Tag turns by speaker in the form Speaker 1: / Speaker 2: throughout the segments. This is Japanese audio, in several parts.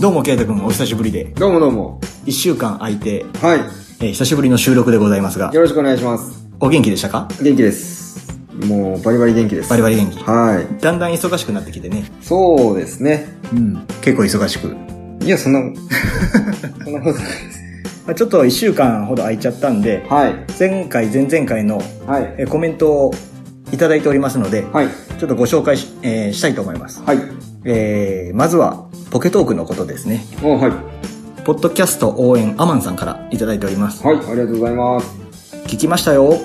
Speaker 1: どうも、ケイタ君、お久しぶりで。
Speaker 2: どうもどうも。
Speaker 1: 1週間空いて、
Speaker 2: はい。
Speaker 1: えー久しぶりの収録でございますが
Speaker 2: よ、ろしくお願いします。
Speaker 1: お元気でしたか
Speaker 2: 元気です。もう、バリバリ元気です。
Speaker 1: バリバリ元気。
Speaker 2: は
Speaker 1: だんだん忙しくなってきてね。
Speaker 2: い。そうですね。
Speaker 1: うん。結構忙しく。
Speaker 2: いや、そんな、 そんなことないです。
Speaker 1: まあちょっと1週間ほど空いちゃったんで、
Speaker 2: はい。
Speaker 1: 前回、前々回の
Speaker 2: はい。
Speaker 1: えーコメントをいただいておりますので、
Speaker 2: はい。
Speaker 1: ちょっとご紹介し,、えーしたいと思います。
Speaker 2: はい。
Speaker 1: えー、まずは、ポケトークのことですね。
Speaker 2: おはい。
Speaker 1: ポッドキャスト応援アマンさんからいただいております。
Speaker 2: はい。ありがとうございます。
Speaker 1: 聞きましたよ。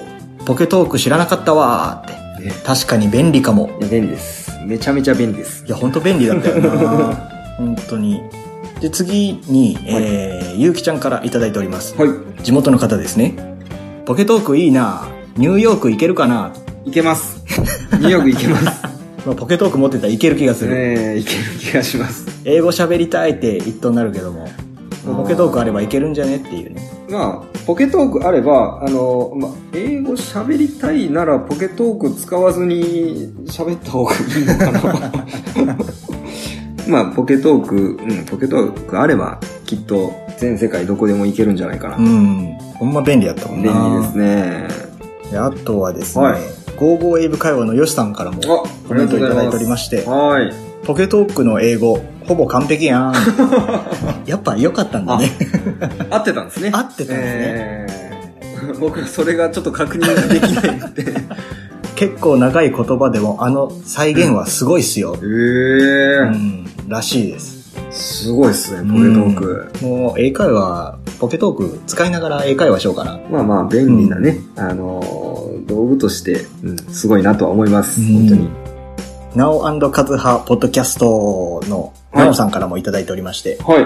Speaker 1: ポケトーク知らなかったわーって。確かに便利かも。
Speaker 2: いや、便利です。めちゃめちゃ便利です。
Speaker 1: いや、ほんと便利だったよ な本当に。で、次に、えーゆうきちゃんからいただいております。
Speaker 2: は。
Speaker 1: 地元の方ですね。ポケトークいいなニューヨーク行けるかない
Speaker 2: いけ ます。ニューヨークいけます。
Speaker 1: まあポケトーク持ってたらいける気がする。
Speaker 2: ねえ、いける気がします。
Speaker 1: 英語喋りたいって一等になるけども。
Speaker 2: ー
Speaker 1: ポケトークあればいけるんじゃねっていうね。
Speaker 2: まあ、ポケトークあれば、あの、まあ、英語喋りたいならポケトーク使わずに喋った方がいいのかな。 まあ、ポケトーク、うん、ポケトークあれば、きっと全世界どこでも行けるんじゃないかな。
Speaker 1: うん。ほんま便利だったもん
Speaker 2: 便
Speaker 1: な
Speaker 2: 利ですね。
Speaker 1: すね。あとはですね、
Speaker 2: はい
Speaker 1: ゴーゴー英語会話のヨシさんからも
Speaker 2: あ、
Speaker 1: コメントいただいておりまして、
Speaker 2: はい。
Speaker 1: ポケトークの英語、ほぼ完璧 やん。やっぱ良かったんだね。
Speaker 2: 合ってたんですね。
Speaker 1: 合ってたんですね。
Speaker 2: ね。僕らそれがちょっと確認できない って。え
Speaker 1: 結構長い言葉でもあの再現はすごいっすよう
Speaker 2: え。ー、
Speaker 1: ん、らしいです。
Speaker 2: すごいっすね、ポケトーク。
Speaker 1: うん。もう英会話、ポケトーク使いながら英会話しようかな。
Speaker 2: まあまあ、便利なね、あのー、道具として、うん、すごいなとは思います。
Speaker 1: うん
Speaker 2: 本当に。
Speaker 1: なおカズハポッドキャストのなおさんからもいただいておりまして、
Speaker 2: はい。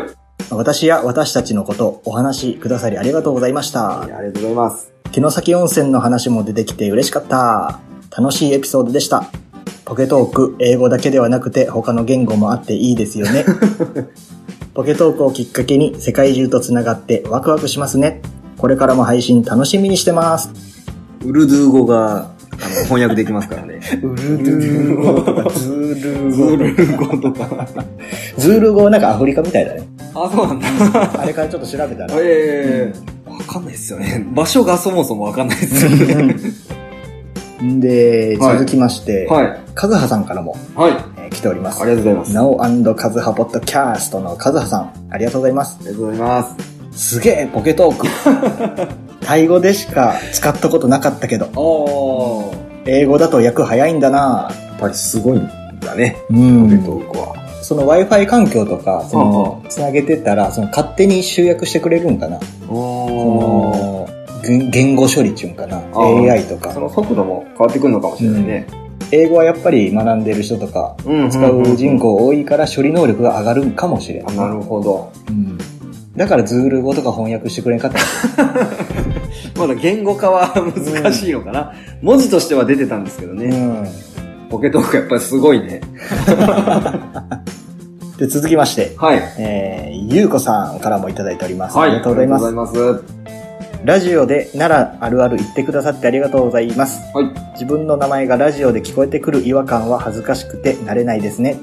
Speaker 1: 私や私たちのことお話しくださりありがとうございました
Speaker 2: あり。がとうございます。
Speaker 1: 城崎温泉の話も出てきて嬉しかった。楽しいエピソードでした。ポケトーク、英語だけではなくて他の言語もあっていいですよ ね。ポケトークをきっかけに世界中とつながってワクワクしますね。これからも配信楽しみにしてます。
Speaker 2: ウルドゥー語が、あの、翻訳できますからね。
Speaker 1: ウルドゥー語とかズール
Speaker 2: ズール語とか。
Speaker 1: ズール語なんかアフリカみたいだね。
Speaker 2: あ、そうなんだ。
Speaker 1: あれからちょっと調べたら。
Speaker 2: ええわかんないっすよね。場所がそもそもわかんないっすよね。
Speaker 1: で、
Speaker 2: はい
Speaker 1: 続きまして、
Speaker 2: はい。
Speaker 1: カズハさんからも、
Speaker 2: はい。あ
Speaker 1: えー来ております
Speaker 2: り。がとうございます。あ
Speaker 1: なおカズハポッドキャストのカズハさん、ありがとうございます。
Speaker 2: りがとうございます。
Speaker 1: すげえ、ポケトー ク。タイ語でしか使ったことなかったけど、
Speaker 2: おー。
Speaker 1: 英語だと訳早いんだな
Speaker 2: やっぱりすごいんだね。
Speaker 1: う
Speaker 2: ポケ
Speaker 1: ん。
Speaker 2: トークは。
Speaker 1: その Wi-Fi 環境とか、その
Speaker 2: う、
Speaker 1: つなげてたら、その勝手に集約してくれるんかな。そ
Speaker 2: おー。
Speaker 1: の、言言語処理っていうんかな。
Speaker 2: ー
Speaker 1: AI と
Speaker 2: そ
Speaker 1: か。
Speaker 2: の速度も変わってくるのかもしれないね。
Speaker 1: 英語はやっぱり学んでる人とか、
Speaker 2: うん
Speaker 1: 使う人口多いから処理能力が上がるんかもしれん
Speaker 2: あ。なるほど。
Speaker 1: うん。だからズール語とか翻訳してくれんかった。
Speaker 2: まだ言語化は難しいのかな、文字としては出てたんですけど
Speaker 1: う
Speaker 2: ね。
Speaker 1: ん。
Speaker 2: ポケトークやっぱりすごいね。
Speaker 1: で、続きまして、
Speaker 2: はい。
Speaker 1: えー、ゆうこさんからもいただいております。
Speaker 2: はい。
Speaker 1: ありがとうございます。
Speaker 2: ありがとうござい
Speaker 1: ラジオで奈良あるある言ってくださってありがとうございます。
Speaker 2: ます。
Speaker 1: 自分の名前がラジオで聞こえてくる違和感は恥ずかしくて慣れないですね。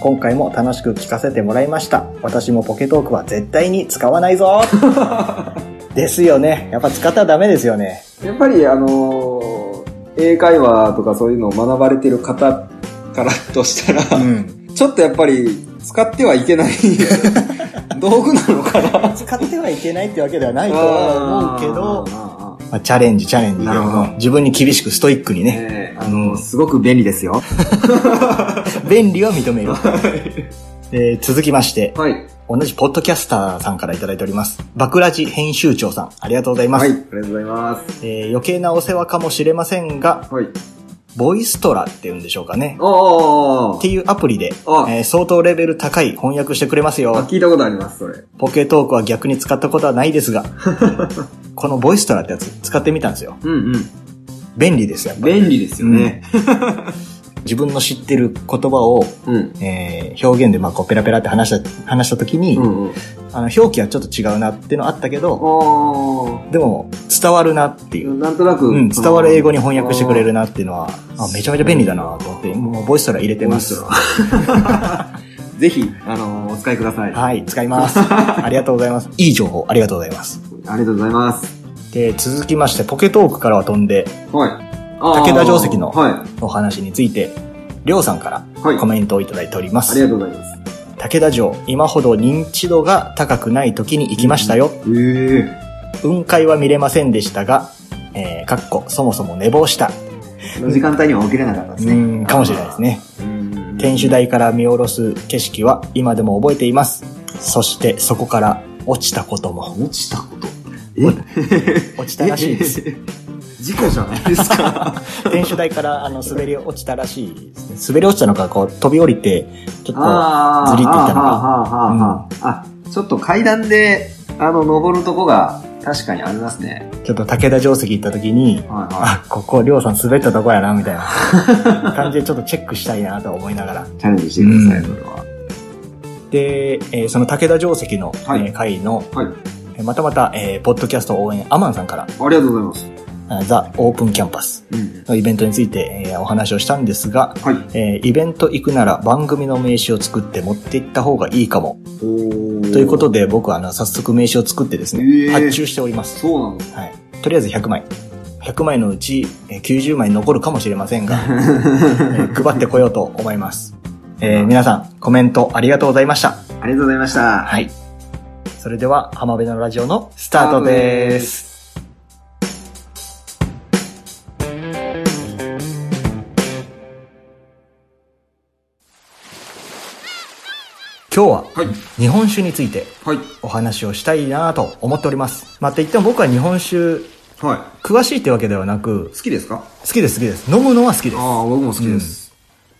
Speaker 1: 今回も楽しく聞かせてもらいました。私もポケトークは絶対に使わない ぞですよね。やっぱ使ったらダメですよね。
Speaker 2: はい。やっぱり、あのー英会話とかそういうのを学ばれてる方からとしたら、
Speaker 1: ん。
Speaker 2: ちょっとやっぱり使ってはいけ ない道具なのかな
Speaker 1: 使ってはいけないってわけではないとは思うけど、
Speaker 2: あー
Speaker 1: まあ、チャレンジ、チャレンジ。
Speaker 2: なるほど
Speaker 1: でも自分に厳しくストイックにね。
Speaker 2: ねえあのーすごく便利ですよ。
Speaker 1: 便利は認めよう。えー続きまして、
Speaker 2: はい。
Speaker 1: 同じポッドキャスターさんからいただいております。バクラジ編集長さん、ありがとうございます。
Speaker 2: はい。ありがとうございます。
Speaker 1: えー余計なお世話かもしれませんが、
Speaker 2: はい。
Speaker 1: ボイストラっていうんでしょうかね。
Speaker 2: お
Speaker 1: って
Speaker 2: ー。
Speaker 1: いうアプリで、
Speaker 2: あ
Speaker 1: えー相当レベル高い翻訳してくれます
Speaker 2: あ、
Speaker 1: よ。
Speaker 2: 聞いたことあります、それ。
Speaker 1: ポケトークは逆に使ったことはないです が、このボイストラってやつ使ってみたんですよ。
Speaker 2: うんうん。
Speaker 1: 便利ですよ。やっぱり
Speaker 2: 便利ですよね。
Speaker 1: 自分の知ってる言葉を、
Speaker 2: うん。
Speaker 1: えー表現でまあこうペラペラって話した、話した時に、
Speaker 2: うんうん。
Speaker 1: あの表記はちょっと違うなっていうのあったけど、
Speaker 2: あ
Speaker 1: でも伝わるなっていう
Speaker 2: ー。なんとなく。
Speaker 1: うん、伝わる英語
Speaker 2: に
Speaker 1: に翻訳してくれるなっていうのは、あめちゃめちゃ便利だなと思って、もうボイストラ入れてます。
Speaker 2: ぜひ、あのお使いください。
Speaker 1: はい、使い ます。ありがとうございます。いい情報、ありがとうございます。
Speaker 2: ありがとうございます。
Speaker 1: で、続きまして、ポケトークからは飛んで、
Speaker 2: はい。あー
Speaker 1: 武田定石の
Speaker 2: はい。
Speaker 1: お話について、りょうさんから
Speaker 2: はい。
Speaker 1: コメントをいただいておりま
Speaker 2: あり
Speaker 1: す。
Speaker 2: がとうございます。
Speaker 1: 武田城、今ほど認知度が高くない時に行きましたよ。
Speaker 2: ええ
Speaker 1: 雲海は見れませんでしたが、えー、かっこ、そもそも寝坊した。
Speaker 2: この時間帯には起きれなかったで
Speaker 1: う
Speaker 2: すね。
Speaker 1: ーん、かもしれないですね。
Speaker 2: うん。
Speaker 1: 天守台から見下ろす景色は今でも覚えています。そして、そこから落ちたことも。
Speaker 2: 落ちたこと。
Speaker 1: 落ちたらしいです。
Speaker 2: 事故じゃないですか。
Speaker 1: 天守台からあの滑り落ちたらしいですね。滑り落ちたのか、こう飛び降りて、ちょっと、
Speaker 2: あ
Speaker 1: ずりっていったのが
Speaker 2: あーあー、あーあーあー、ちょっと階段で、あの、登るとこが、確かにありますね。
Speaker 1: ちょっと武田城跡行った時に、
Speaker 2: はいは
Speaker 1: あ、ここ、りょうさん滑ったとこやな、みたいな 感じでちょっとチェックしたいなと思いながら。
Speaker 2: い。チャレンジしてください、それは。
Speaker 1: で、えーその武田城跡の、
Speaker 2: はい
Speaker 1: えー会の、
Speaker 2: はい。
Speaker 1: えーまたまた、えーポッドキャスト応援、アマンさんから、
Speaker 2: ありがとうございます。
Speaker 1: あザ・オープンキャンパス
Speaker 2: うん。
Speaker 1: のイベントについて、えーお話をしたんですが、
Speaker 2: はい。
Speaker 1: えーイベント行くなら番組の名刺を作って持って行った方がいいかも。
Speaker 2: お
Speaker 1: ということ
Speaker 2: で。
Speaker 1: で、僕はあの、早速名刺を作ってですね、
Speaker 2: えー
Speaker 1: 発注しております。
Speaker 2: そうなの。
Speaker 1: はい。とりあえず100枚。100枚のうちえー90枚残るかもしれませんが、えー配ってこようと思います。えー皆さん、コメントありがとうございました。
Speaker 2: ありがとうございました。
Speaker 1: はい。それでは、浜辺のラジオのスタートです。今日は
Speaker 2: はい。
Speaker 1: 日本酒について
Speaker 2: はい。
Speaker 1: お話をしたいなと思っております。まあ、と言っても僕は日本酒
Speaker 2: は
Speaker 1: 詳しいってわけではなく
Speaker 2: い。、好きですか
Speaker 1: 好きです好きです。飲むのは好きです。
Speaker 2: ああ、僕も好きです。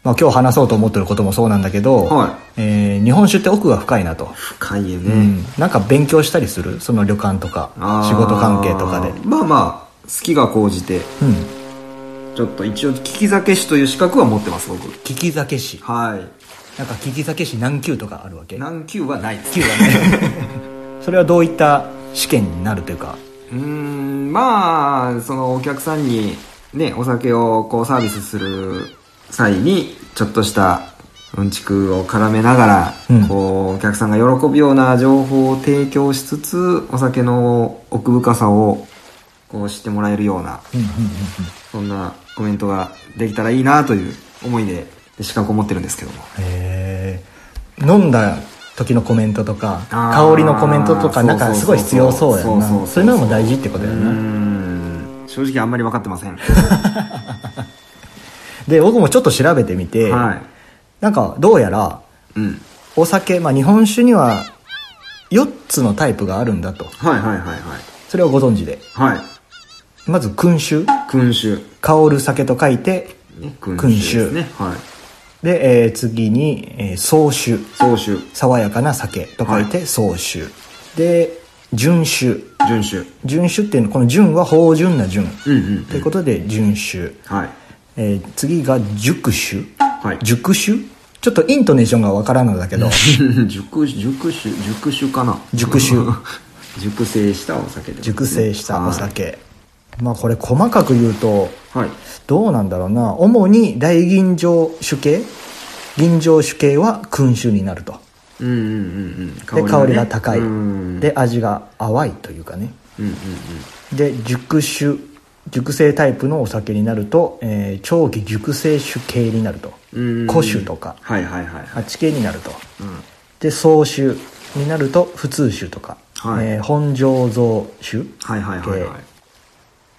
Speaker 1: まあ、今日話そうと思ってることもそうなんだけど、
Speaker 2: は
Speaker 1: えー日本酒って奥が深いなと。
Speaker 2: い。深いよ
Speaker 1: う。ん、なんか勉強したりするその旅館とか
Speaker 2: あー
Speaker 1: 仕事関係とかで、
Speaker 2: まあまあ、好きが高じて、
Speaker 1: うん、
Speaker 2: ちょっと一応、利き酒師という資格は持ってます、僕。
Speaker 1: 聞き酒師
Speaker 2: はい。
Speaker 1: なんか聞き酒師何級とかあるわけ
Speaker 2: 何級はないです。
Speaker 1: 級だねそれはどういった試験になるというか
Speaker 2: うーん、まあ、そのお客さんに、ね、お酒をこうサービスする際に、ちょっとした、うんちくを絡めながら、
Speaker 1: うん
Speaker 2: こう、お客さんが喜ぶような情報を提供しつつ、お酒の奥深さを、こう知ってもらえるような、
Speaker 1: うんうんうん
Speaker 2: そんなコメントができたらいいなという思いで、資格を持ってるんですけども。
Speaker 1: うんへえ飲んだ時のコメントとか
Speaker 2: あー
Speaker 1: 香りのコメントとかなんかすごい必要そうやん
Speaker 2: そうそうそうそ
Speaker 1: な
Speaker 2: う
Speaker 1: そういうのも大事ってことや
Speaker 2: うー、
Speaker 1: んなん
Speaker 2: 正直あんまり分かってません。は
Speaker 1: で僕もちょっと調べてみて、
Speaker 2: い。
Speaker 1: なんかどうやら
Speaker 2: うん。
Speaker 1: お酒、まあ、日本酒には4つのタイプがあるんだと
Speaker 2: はいはいはいはい。
Speaker 1: それをご存知で
Speaker 2: はい。
Speaker 1: まず君主
Speaker 2: 君主。
Speaker 1: 香る酒と書いて
Speaker 2: ね、君
Speaker 1: 君
Speaker 2: 主
Speaker 1: 主
Speaker 2: ですね。はい。
Speaker 1: で、えー次に、えー総酒
Speaker 2: 総主、
Speaker 1: 爽やかな酒と書いて総酒、で準酒
Speaker 2: 準主。
Speaker 1: 準酒っていうのこの準は芳醇な準
Speaker 2: うんうん。
Speaker 1: ということで準酒、
Speaker 2: はい。
Speaker 1: えー次が熟酒
Speaker 2: はい。
Speaker 1: 熟酒ちょっとイントネーションがわからんのだけど
Speaker 2: 熟、熟酒、熟酒かな。
Speaker 1: 熟酒。
Speaker 2: 熟成したお酒ってことですね
Speaker 1: 熟成したお。酒、まあこれ細かく言うと
Speaker 2: はい。はい
Speaker 1: どうなんだろうな主に大吟醸酒系吟醸酒系は君酒になると
Speaker 2: うんうんうんうん。
Speaker 1: で香りが高い、
Speaker 2: うん
Speaker 1: で味が淡いというかね
Speaker 2: うんうんうん。
Speaker 1: で熟酒熟成タイプのお酒になると、えー長期熟成酒系になると
Speaker 2: うん
Speaker 1: 古酒とか
Speaker 2: はいはいはいは
Speaker 1: あ
Speaker 2: い。
Speaker 1: っち系になると
Speaker 2: うん
Speaker 1: で総酒になると普通酒とか、
Speaker 2: はい
Speaker 1: えー本醸造酒、
Speaker 2: はいはいはいは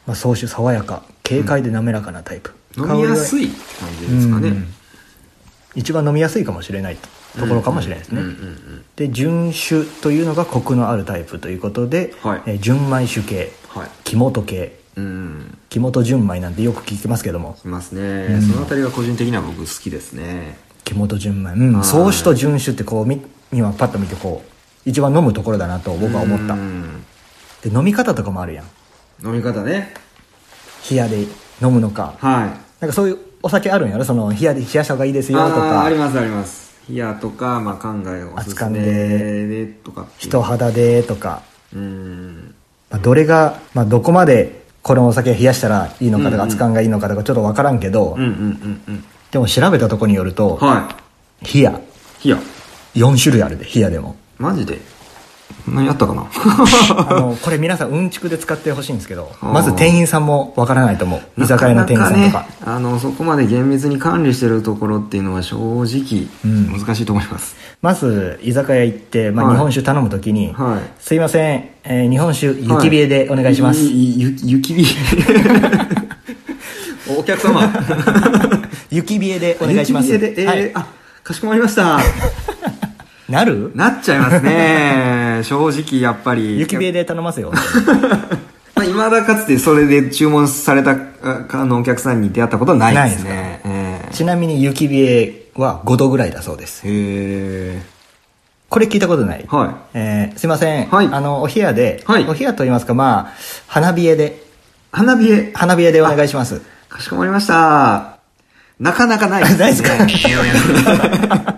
Speaker 1: まあ、総酒爽やか軽快で滑らかなタイプ、
Speaker 2: い。飲みやす
Speaker 1: い
Speaker 2: いって感じですかね。
Speaker 1: 一番飲みやすいかもしれないとところかもしれないですね、
Speaker 2: うんうんうん。
Speaker 1: で純酒というのがコクのあるタイプということで、
Speaker 2: はい
Speaker 1: えー純米酒系
Speaker 2: はい。
Speaker 1: 木本系
Speaker 2: うん。
Speaker 1: 木本純米なんてよく聞きますけども
Speaker 2: いますね。そのあたりが個人的には僕好きですね。
Speaker 1: 木本純米うん
Speaker 2: はい
Speaker 1: 総酒と純酒ってこうみ今パッと見てこう一番飲むところだなと僕は思った
Speaker 2: うん
Speaker 1: で飲み方とかもあるやん
Speaker 2: 飲み方ね。
Speaker 1: 冷やで飲むのか
Speaker 2: はい。
Speaker 1: なんかそういうお酒あるんやろその冷やで冷やした方がいいですよと
Speaker 2: あーあり
Speaker 1: か
Speaker 2: ますあります冷やとか、まあ、考えおす
Speaker 1: 熱
Speaker 2: す
Speaker 1: 燗
Speaker 2: めでとかっていう
Speaker 1: 人肌でとか、
Speaker 2: うん
Speaker 1: まあ、どれが、まあ、どこまでこのお酒冷やしたらいいのかとか熱燗がいいのかとかちょっと分からんけど、
Speaker 2: うんうんうんうん
Speaker 1: でも調べたところによると、
Speaker 2: は
Speaker 1: 冷や
Speaker 2: い冷や
Speaker 1: 4種類あるで、ヒア でも。
Speaker 2: マジで何やったかな
Speaker 1: あの、これ皆さんうんちくで使ってほしいんですけど、
Speaker 2: あー
Speaker 1: まず店員さんもわからないと思 う。居酒屋の店員さんとか。
Speaker 2: ななね、あの、そこまで厳密に管理してるところっていうのは正直、
Speaker 1: うん
Speaker 2: 難しいと思います。
Speaker 1: まず、居酒屋行って、まあ、
Speaker 2: はい
Speaker 1: 日本酒頼むときに、
Speaker 2: はい。
Speaker 1: すいません、えー日本酒、雪冷えでお願いします。
Speaker 2: ゆ、ゆゆ きび。お客様。
Speaker 1: 雪冷え でお願いします。
Speaker 2: ゆきびえで、えー
Speaker 1: はい、
Speaker 2: あ、かしこまりました。
Speaker 1: なる
Speaker 2: なっちゃいますね。正直、やっぱり。
Speaker 1: 雪冷えで頼ますよ。
Speaker 2: まあ、未だかつてそれで注文されたああのお客さんに出会ったことはないですね。え
Speaker 1: ちなみに雪冷えは5度ぐらいだそうです。
Speaker 2: えへえ。
Speaker 1: これ聞いたことない、
Speaker 2: は
Speaker 1: えーすいません、
Speaker 2: はい
Speaker 1: あの、お部屋で、
Speaker 2: はい
Speaker 1: お部屋と言いますか、まあ、花冷えで、
Speaker 2: い。花冷え。
Speaker 1: 花冷えでお願いし ます。
Speaker 2: かしこまりました。なかなかないです ね。
Speaker 1: ないですか
Speaker 2: か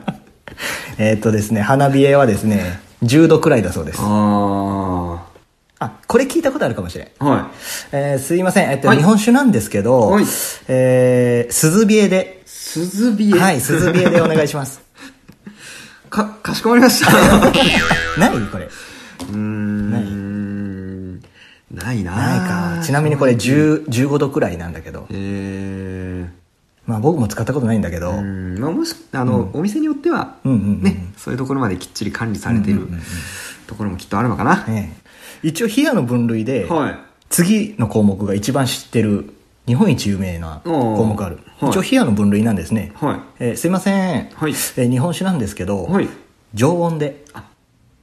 Speaker 1: えーっとですね、花冷えはですね、10度くらいだそうです。
Speaker 2: あ
Speaker 1: あ、これ聞いたことあるかもしれん。
Speaker 2: あ。は
Speaker 1: えーすいません、えっと、
Speaker 2: はい
Speaker 1: 日本酒なんですけど、
Speaker 2: はい
Speaker 1: えー、鈴冷えで
Speaker 2: い。、鈴冷え。
Speaker 1: はい、鈴冷えでお願いし ます。
Speaker 2: か、かしこまり ました。
Speaker 1: ないこれ。
Speaker 2: うーん。ないな。
Speaker 1: ないか。ちなみにこれ10 15度くらいなんだけど、
Speaker 2: えー。
Speaker 1: まあ僕も使ったことないんだけど、
Speaker 2: うんまあ、もしあの、お店によっては、
Speaker 1: うんうんうんうん
Speaker 2: ね、そういうところまできっちり管理されてるところもきっとあるのかな、
Speaker 1: ね一応冷やの分類で、
Speaker 2: はい
Speaker 1: 次の項目が一番知ってる、日本一有名な項目ある。
Speaker 2: おーはい
Speaker 1: 一応冷やの分類なんですね。
Speaker 2: はい
Speaker 1: えーすいません、
Speaker 2: はい
Speaker 1: えー日本酒なんですけど、
Speaker 2: はい
Speaker 1: 常温で、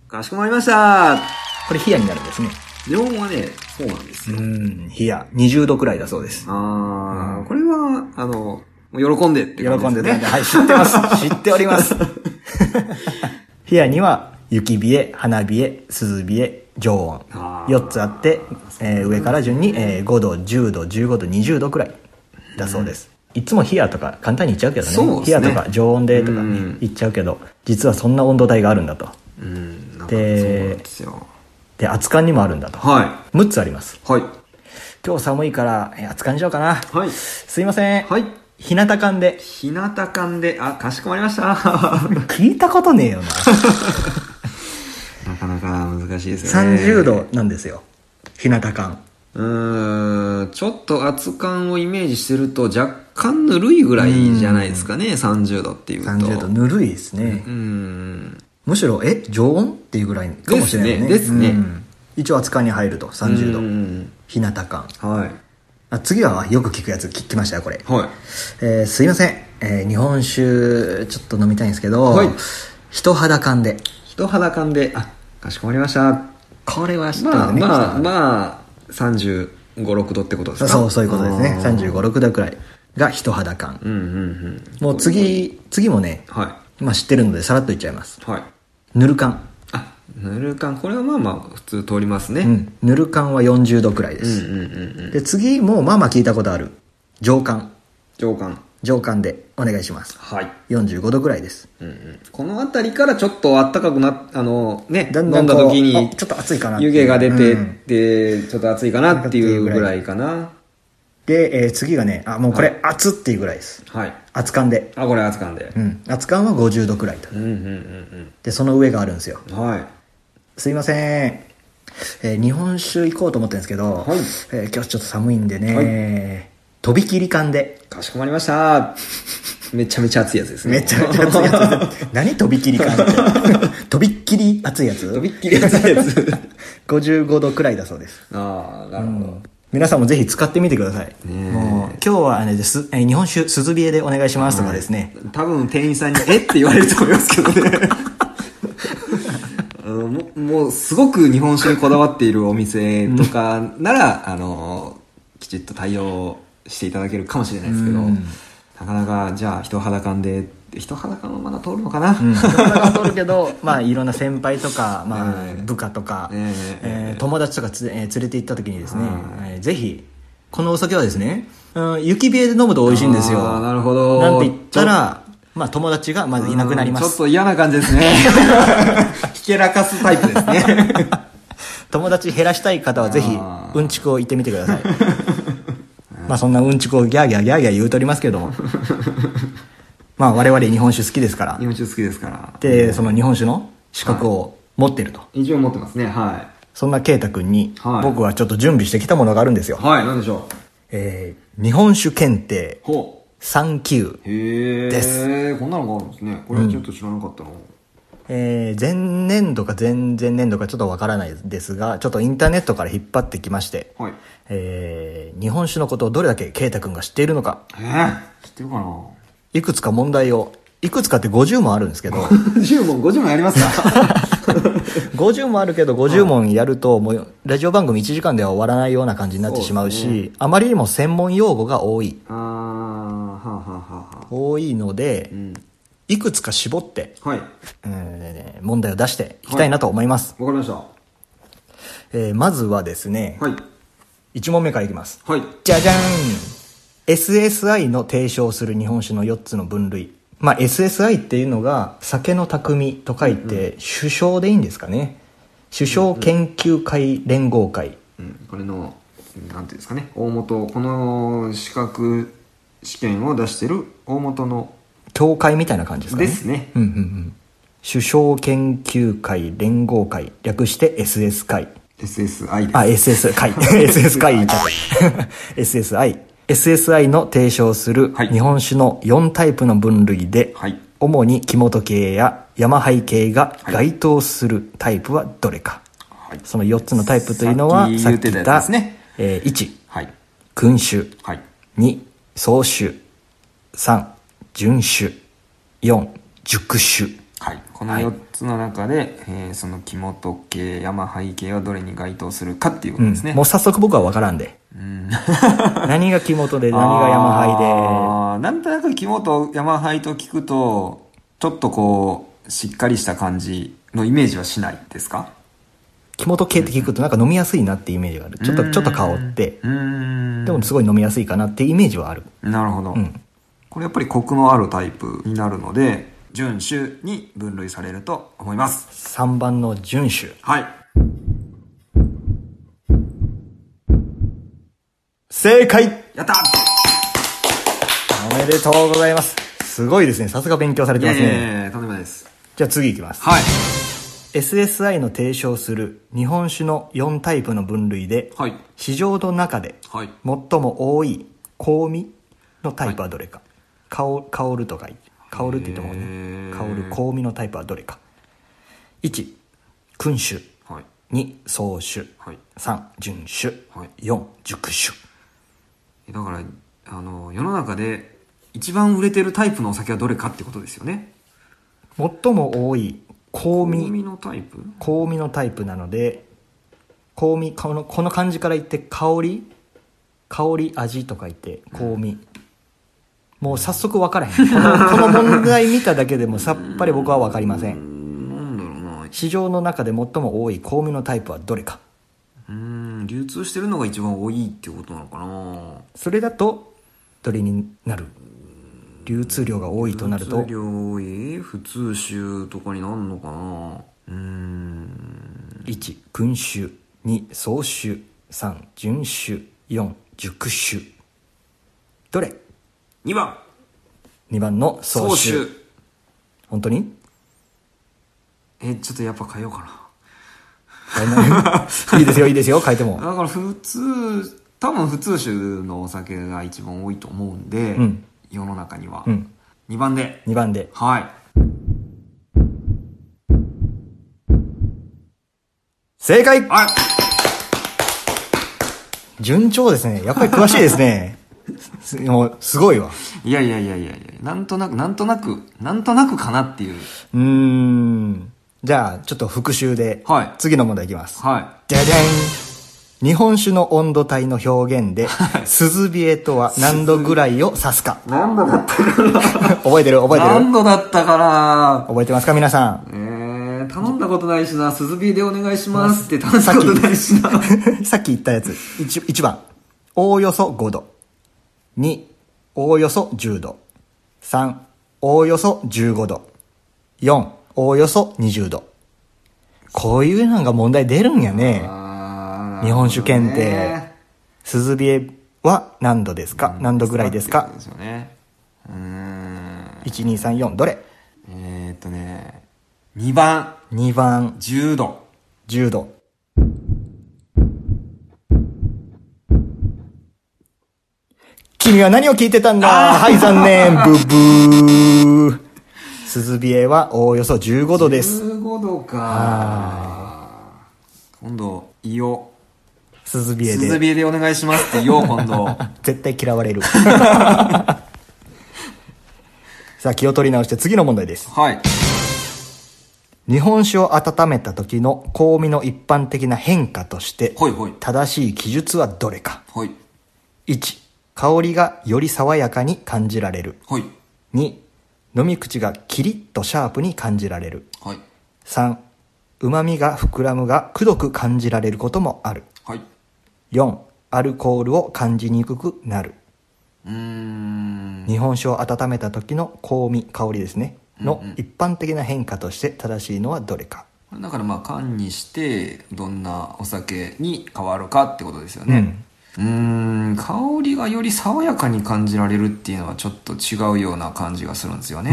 Speaker 2: かしこまりました
Speaker 1: これ冷やになるんですね。
Speaker 2: 常温はねそうなんです
Speaker 1: う
Speaker 2: よ、
Speaker 1: ん、冷や。20度くらいだそうです。
Speaker 2: ああこれはあのもう喜んでって
Speaker 1: 喜
Speaker 2: 感じ
Speaker 1: んで
Speaker 2: で
Speaker 1: たん
Speaker 2: すね
Speaker 1: で、はい、知って ます。知っております。部屋には、雪冷え、花冷え、鈴冷え、常温。
Speaker 2: あー
Speaker 1: 4つあって、えー上から順に、えー5度、10度、15度、20度くらいだそうです。いつも冷やとか簡単に言っちゃうけどね。
Speaker 2: そうですね
Speaker 1: 冷やとか常温でとかね
Speaker 2: うん
Speaker 1: 言っちゃうけど、実はそんな温度帯があるんだと。
Speaker 2: うんなんかそうなん
Speaker 1: で
Speaker 2: ですよ
Speaker 1: で、熱燗にもあるんだと。
Speaker 2: は
Speaker 1: 6つあります。
Speaker 2: いはい
Speaker 1: 今日寒いから、えー熱燗にしようかな。
Speaker 2: はい
Speaker 1: すいません。
Speaker 2: はい
Speaker 1: 日向燗で。
Speaker 2: 日向缶であかしこまりました な
Speaker 1: 聞いたことねえよな。
Speaker 2: かなか難しいですよね
Speaker 1: 30度なんですよ。日向燗。
Speaker 2: うーんちょっと熱感をイメージしてると若干ぬるいぐらいじゃないですかね、30度っていうと。
Speaker 1: 30度ぬるいですね、
Speaker 2: うーん。
Speaker 1: むしろえ常温っていうぐらいかもしれないね
Speaker 2: ですねです
Speaker 1: う
Speaker 2: ね
Speaker 1: ん一応扱いに入ると30度、
Speaker 2: うん
Speaker 1: 日向感
Speaker 2: はい。
Speaker 1: あ次はよく聞くやつ聞きましたよこれ、
Speaker 2: は
Speaker 1: えーすいません、えー日本酒ちょっと飲みたいんですけど、
Speaker 2: はい
Speaker 1: 人肌感で
Speaker 2: い。人肌感で、あ、かしこまりました。
Speaker 1: これは知って
Speaker 2: まあ
Speaker 1: るね、
Speaker 2: まあ
Speaker 1: 人肌
Speaker 2: まあ、35、6度ってことですか
Speaker 1: そうそういうことですね
Speaker 2: あー
Speaker 1: 3 5 6度くらいが人肌感、
Speaker 2: うんうんうん。
Speaker 1: もう次次もね、
Speaker 2: は
Speaker 1: まあ、知ってるのでさらっと言っちゃいます
Speaker 2: い。はい。
Speaker 1: ぬる感
Speaker 2: あ、ぬる感、これはまあまあ、普通通りますね。
Speaker 1: うんぬる感は40度くらいで
Speaker 2: うん
Speaker 1: す、
Speaker 2: うんうんうん。
Speaker 1: で次もまあまあ聞いたことある上巻
Speaker 2: 上感。
Speaker 1: 上巻でお願いします
Speaker 2: はい。
Speaker 1: 45度くらいです
Speaker 2: うんうんこの辺りからちょっと暖かくなあのね
Speaker 1: だんだん
Speaker 2: 飲んだ
Speaker 1: こう
Speaker 2: 時
Speaker 1: あ
Speaker 2: に
Speaker 1: ちょっと暑いかなっていう
Speaker 2: 湯気が出て
Speaker 1: うん
Speaker 2: でちょっと暑いかなっていうぐらいかな
Speaker 1: で、えー次がねあもうこれ熱っていうぐらいです
Speaker 2: はい
Speaker 1: 熱感で
Speaker 2: あこれ暑かんで
Speaker 1: うん熱感は50度くらいと
Speaker 2: うんうんうん
Speaker 1: でその上があるんですよ
Speaker 2: うんはい
Speaker 1: すいません、えー日本酒行こうと思ってるんですけど、
Speaker 2: はい
Speaker 1: えー今日ちょっと寒いんでね、とびきり感で
Speaker 2: かしこまりましためちゃめちゃ暑いやつですね
Speaker 1: めちゃめちゃ熱いやつ何とびきり感ってとびっきり熱いやつ
Speaker 2: とびっ きり暑いやつ
Speaker 1: 55度くらいだそうです
Speaker 2: ああなるほど
Speaker 1: 皆さんもぜひ使ってみてください。もう今日はあれです、えー日本酒、鈴冷えでお願いしますとかですね。
Speaker 2: 多分店員さんに「えっ?」て言われると思いますけど ねあのももうすごく日本酒にこだわっているお店とかなら、あのきちっと対応していただけるかもしれないですけど、なかなかじゃあ人肌感で人肌感はまだ通るのかな、
Speaker 1: 体が通るけど、 まあいろんな先輩とか、まあ
Speaker 2: ええ
Speaker 1: 部下とか、
Speaker 2: え
Speaker 1: えー友達とかつ、えー連れて行った時にですね、えーぜひ、このお酒はですね、うん、雪冷えで飲むと美味しいんですよ。
Speaker 2: あーなるほど
Speaker 1: なんて言ったら、まあ友達がまずいなくなりま
Speaker 2: うんちょっ
Speaker 1: す。
Speaker 2: と嫌な感じです ねひけらかすタイプですね
Speaker 1: 友達減らしたい方はぜひ
Speaker 2: あ、
Speaker 1: うんちくを言ってみてくだ さい。 まあそんなうんちくをギャーギャーギャーギャー言うとりますけども。まあ我々日本酒好きですから
Speaker 2: 日。本酒好きですから。
Speaker 1: で、その日本酒の資格を持ってると。
Speaker 2: 一応持ってますね。は
Speaker 1: そんな圭太くんに、
Speaker 2: はい
Speaker 1: 僕はちょっと準備してきたものがあるんですよ
Speaker 2: い。。はい、なんでしょ
Speaker 1: えー、日本酒検定
Speaker 2: う。ほ
Speaker 1: 3級。
Speaker 2: う。へえ。
Speaker 1: で
Speaker 2: こんなのがあるんですね。これちょっと知らなかったの。
Speaker 1: えー、前年度か前々年度かちょっとわからないですが、ちょっとインターネットから引っ張ってきまして、
Speaker 2: はい。
Speaker 1: えー、日本酒のことをどれだけ圭太くんが知っているのか、
Speaker 2: えー、知ってるかな い
Speaker 1: くつか問題を、いくつかって50問あるんです けど、
Speaker 2: ?10 問、50問やりま すか
Speaker 1: 50問あるけど50問やるともうラジオ番組1時間では終わらないような感じになってしまうし
Speaker 2: そうで
Speaker 1: あまりにも専門用語が多い
Speaker 2: あー、はあ、はあ、はあ、はあ。
Speaker 1: 多いので、
Speaker 2: うん。
Speaker 1: いくつか絞って、
Speaker 2: はい。わ
Speaker 1: えー問題を出していきたいなと思います、
Speaker 2: かりました。は
Speaker 1: えーまずはですね、
Speaker 2: い。
Speaker 1: 1問目からいきます
Speaker 2: はい。
Speaker 1: じゃじゃん SSI の提唱する日本酒の4つの分類まあ SSI っていうのが酒の匠と書いて首相でいいんですかね首相研究会連合会、
Speaker 2: うん、これの、なんていうんですかね。大元、この資格試験を出してる大元の、
Speaker 1: 教会みたいな感じですかね。
Speaker 2: ですね
Speaker 1: うんうんうん。首相研究会連合会、略して SS 会。
Speaker 2: SSI です。
Speaker 1: あ、SS 会。SS 会言っちゃった。SSI。SSI の提唱する
Speaker 2: はい
Speaker 1: 日本酒の4タイプの分類で、
Speaker 2: はい
Speaker 1: 主に木本系や山灰系が該当するタイプはどれか。
Speaker 2: はい。
Speaker 1: その4つのタイプというのは、
Speaker 2: さっき言ってたやつですね
Speaker 1: さっき言ったえー1、
Speaker 2: はい。
Speaker 1: 君主。
Speaker 2: はい。
Speaker 1: 2総酒3準酒4熟酒
Speaker 2: はい、この
Speaker 1: はい
Speaker 2: 4つの中で、えーその木本系山背系はどれに該当するかっていうことですね、
Speaker 1: もう早速僕は分からんで何が木本 で何が山
Speaker 2: あーなんとなく木本山灰と聞くとちょっとこうしっかりした感じのイメージはしないですか
Speaker 1: 灰で木本系って聞くとなんか飲みやすいなってイメージがあるちょっとちょっと香って
Speaker 2: うーん
Speaker 1: でもすごい飲みやすいかなってイメージはある
Speaker 2: なるほど、これやっぱりコクのあるタイプになるので準種に分類されると思います
Speaker 1: 3番の準酒
Speaker 2: はい
Speaker 1: 正解
Speaker 2: やった
Speaker 1: おめでとうございますすごいですねさすが勉強され
Speaker 2: い
Speaker 1: てま
Speaker 2: や
Speaker 1: す
Speaker 2: いや
Speaker 1: ね
Speaker 2: いやとんでもないです
Speaker 1: じゃあ次いきます
Speaker 2: はい
Speaker 1: SSI の提唱する日本酒の4タイプの分類で、
Speaker 2: はい
Speaker 1: 市場の中で
Speaker 2: はい
Speaker 1: 最も多い香味のタイプはどれか、香香るとか香るって言ってもね
Speaker 2: へー
Speaker 1: 香る香味のタイプはどれか1君主
Speaker 2: はい
Speaker 1: 2総酒、
Speaker 2: はい
Speaker 1: 3準酒、
Speaker 2: はい
Speaker 1: 4熟酒
Speaker 2: だからあの世の中で一番売れてるタイプのお酒はどれかってことですよね
Speaker 1: 最も多い香味
Speaker 2: 耳のタイプ
Speaker 1: 香味のタイプなので香味このこの漢字から言って香り香り味と書いて香味、もう早速分からへん このこの問題見ただけでもさっぱり僕は分かりません
Speaker 2: なんだろうな
Speaker 1: 市場の中で最も多い香味のタイプはどれか
Speaker 2: うーん流通してるのが一番多いってことなのかな
Speaker 1: それだとどれになる流通量が多いとなると
Speaker 2: 流通量多い普通酒とかになんのかなうーん
Speaker 1: 1群衆2総衆3準衆4熟衆どれ
Speaker 2: 2番
Speaker 1: 2番の総
Speaker 2: 総
Speaker 1: 衆
Speaker 2: 酒
Speaker 1: 本当に
Speaker 2: えちょっとやっぱ変えようか
Speaker 1: いいですよ、いいですよ、書いても。
Speaker 2: なだから普通多分普通酒のお酒が一番多いと思うんで、
Speaker 1: ん
Speaker 2: 世の中には、
Speaker 1: うん。
Speaker 2: 2番で
Speaker 1: 2番で。
Speaker 2: はい
Speaker 1: 正解
Speaker 2: はい
Speaker 1: 順調ですね。やっぱり詳しいですね。 すもう、すごいわ。
Speaker 2: いやいやいやいやいや、なんとなく、なんとなく、なんとなくかなっていう。
Speaker 1: うーん。じゃあ、ちょっと復習で、
Speaker 2: はい
Speaker 1: 次の問題いきます。
Speaker 2: は
Speaker 1: じゃじゃん日本酒の温度帯の表現で、涼冷えとは何度ぐらいを指すか。
Speaker 2: い。何度だったか
Speaker 1: 覚えてる覚えてる
Speaker 2: 何度だったかな
Speaker 1: 覚えてますか皆さん。
Speaker 2: えー、頼んだことないしな、鈴木でお願いしますって頼んだことないしな。
Speaker 1: さっき言ったやつ。1, 一番。おおよそ5度。2、おおよそ10度。3、おおよそ15度。4、おおよそ20度。こういうのが問題出るんやね。
Speaker 2: あー
Speaker 1: 日本酒検
Speaker 2: なるほど
Speaker 1: 定
Speaker 2: ね。
Speaker 1: 鈴冷えは何度ですか何度ぐらいですか
Speaker 2: ですよね。うーん。
Speaker 1: 1234どれ
Speaker 2: えー、っとね、2番、
Speaker 1: ?2 番、
Speaker 2: 10度。
Speaker 1: 10度。君は何を聞いてたんだはい、残念。ブブー。鈴冷えはおおよそ15度です。
Speaker 2: 15度か。今度、いよ。
Speaker 1: 鈴冷え
Speaker 2: 鈴
Speaker 1: で。
Speaker 2: 冷えでお願いしますって言おう、今度。
Speaker 1: 絶対嫌わ れる。さあ、気を取り直して次の問題です。
Speaker 2: はい。
Speaker 1: 日本酒を温めた時の香味の一般的な変化として、
Speaker 2: ほいほい。
Speaker 1: 正しい記述はどれか
Speaker 2: ほい。
Speaker 1: 1香りがより爽やかに感じられる
Speaker 2: ほい。
Speaker 1: 2飲み口がキリッとシャープに感じられる
Speaker 2: はい。
Speaker 1: 3うまみが膨らむがくどく感じられることもある
Speaker 2: はい。
Speaker 1: 4アルコールを感じにくくなる
Speaker 2: うーん。
Speaker 1: 日本酒を温めた時の香味香りですねの一般的な変化として正しいのはどれか
Speaker 2: これだからまあ、缶にして、どんなお酒に変わるかってことですよね。
Speaker 1: うん
Speaker 2: うーん香りがより爽やかに感じられるっていうのはちょっと違うような感じがするんですよね。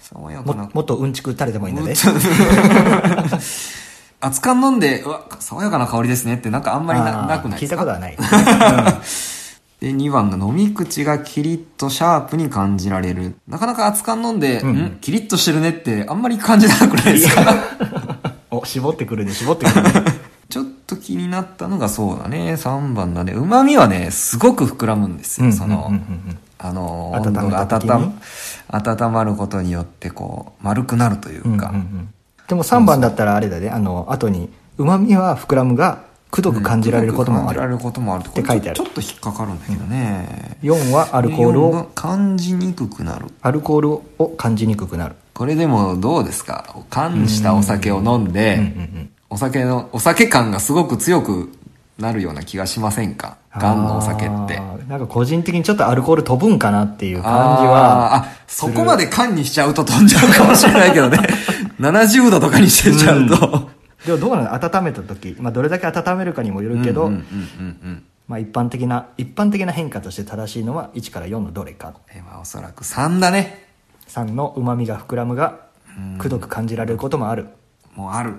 Speaker 2: 爽やか
Speaker 1: も
Speaker 2: な。
Speaker 1: もっとうんちく垂れてもいいんだね
Speaker 2: 熱燗飲んで、うわ、爽やかな香りですねってなんかあんまりな
Speaker 1: あ
Speaker 2: な
Speaker 1: ー
Speaker 2: くない
Speaker 1: 聞
Speaker 2: で
Speaker 1: い
Speaker 2: す
Speaker 1: た
Speaker 2: か
Speaker 1: ことはない
Speaker 2: で、2番が飲み口がキリッとシャープに感じられる。なかなか熱燗飲んで、
Speaker 1: ん
Speaker 2: んキリッとしてるねってあんまり感じなくないですか
Speaker 1: お絞ってくるね絞ってくるね
Speaker 2: ちょっと気になったのがそうだね。3番だね。旨味はね、すごく膨らむんですよ。 その、
Speaker 1: うんうんうんうん
Speaker 2: あの、
Speaker 1: 温
Speaker 2: 温
Speaker 1: め
Speaker 2: 度が
Speaker 1: た時に
Speaker 2: 温温まることによって、こう、丸くなるというか、
Speaker 1: うんうんうんでも3番だったらあれだねあの後に「うまみは膨らむがくどく感じられることもあ
Speaker 2: 感じられ
Speaker 1: る
Speaker 2: ることもある
Speaker 1: って書いてある
Speaker 2: ちょっとちょっと引っかかるんだけどね。」
Speaker 1: 4はアルコール
Speaker 2: で四が
Speaker 1: を
Speaker 2: 感じにくくなる。
Speaker 1: アルコールを感じにくくなる
Speaker 2: これでもどうですか缶したお酒を飲んで、
Speaker 1: うんうん
Speaker 2: お酒の、お酒感がすごく強くなるような気がしませんか缶のお酒って。
Speaker 1: あーなんか個人的にちょっとアルコール飛ぶんかなっていう感じ
Speaker 2: あ
Speaker 1: は
Speaker 2: ーあ、そこまで缶にしちゃうと飛んじゃうかもしれないけど ね。70度とかにしてちゃうと。
Speaker 1: でもどうなの温めた時、まあ、どれだけ温めるかにもよるけど、
Speaker 2: うんうんうんうんうん
Speaker 1: まあ、一般的な一般的な変化として正しいのは1から4のどれか
Speaker 2: これはおそらく3だね
Speaker 1: 3のうまみが膨らむがくどく感じられることもある
Speaker 2: もうある